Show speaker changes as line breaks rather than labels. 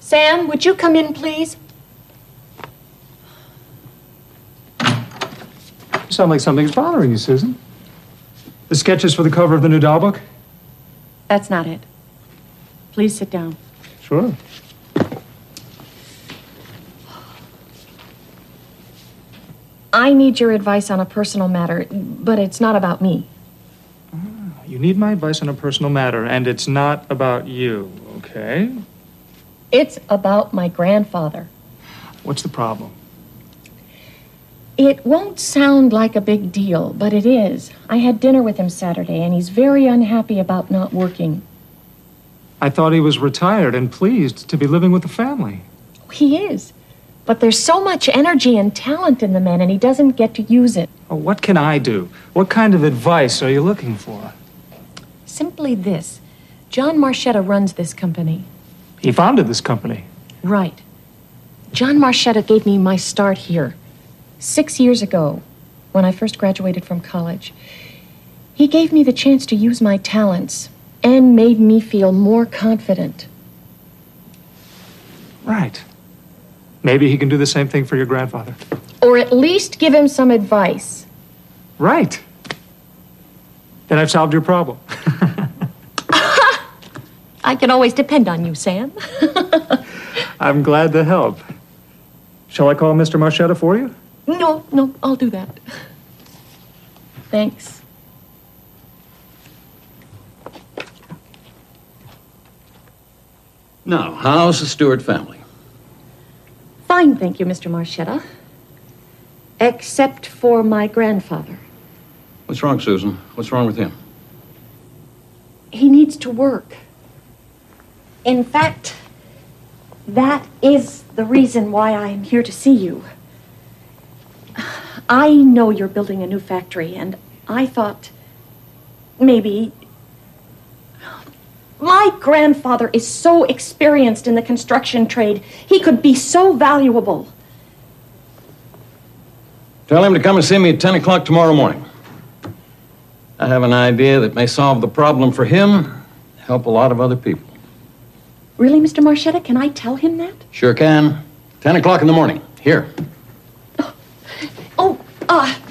Sam, would you come in, please?
You sound like something's bothering you, Susan. The sketches for the cover of the new doll book?
That's not it. Please sit down.
Sure.
I need your advice on a personal matter, but it's not about me.
You need my advice on a personal matter, and it's not about you, okay?
It's about my grandfather.
What's the problem?
It won't sound like a big deal, but it is. I had dinner with him Saturday, and he's very unhappy about not working.
I thought he was retired and pleased to be living with the family.
He is. But there's so much energy and talent in the man, and he doesn't get to use it.
Oh, what can I do? What kind of advice are you looking for?
Simply this John Marchetta runs this company.
He founded this company.
Right. John Marchetta gave me my start here six years ago when I first graduated from college. He gave me the chance to use my talents and made me feel more confident.
Right. Maybe he can do the same thing for your grandfather.
Or at least give him some advice.
Right. Then I've solved your problem.
I can always depend on you, Sam.
I'm glad to help. Shall I call Mr. Marchetta for you?
No, no, I'll do that. Thanks.
Now, how's the Stewart family?
Fine, thank you, Mr. Marchetta. Except for my grandfather.
What's wrong, Susan? What's wrong with him?
He needs to work. In fact, that is the reason why I am here to see you. I know you're building a new factory, and I thought maybe. My grandfather is so experienced in the construction trade, he could be so valuable.
Tell him to come and see me at 10 o'clock tomorrow morning. I have an idea that may solve the problem for him, help a lot of other people.
Really, Mr. Marchetta, can I tell him that?
Sure can. 10 o'clock in the morning. Here.
Oh, uh,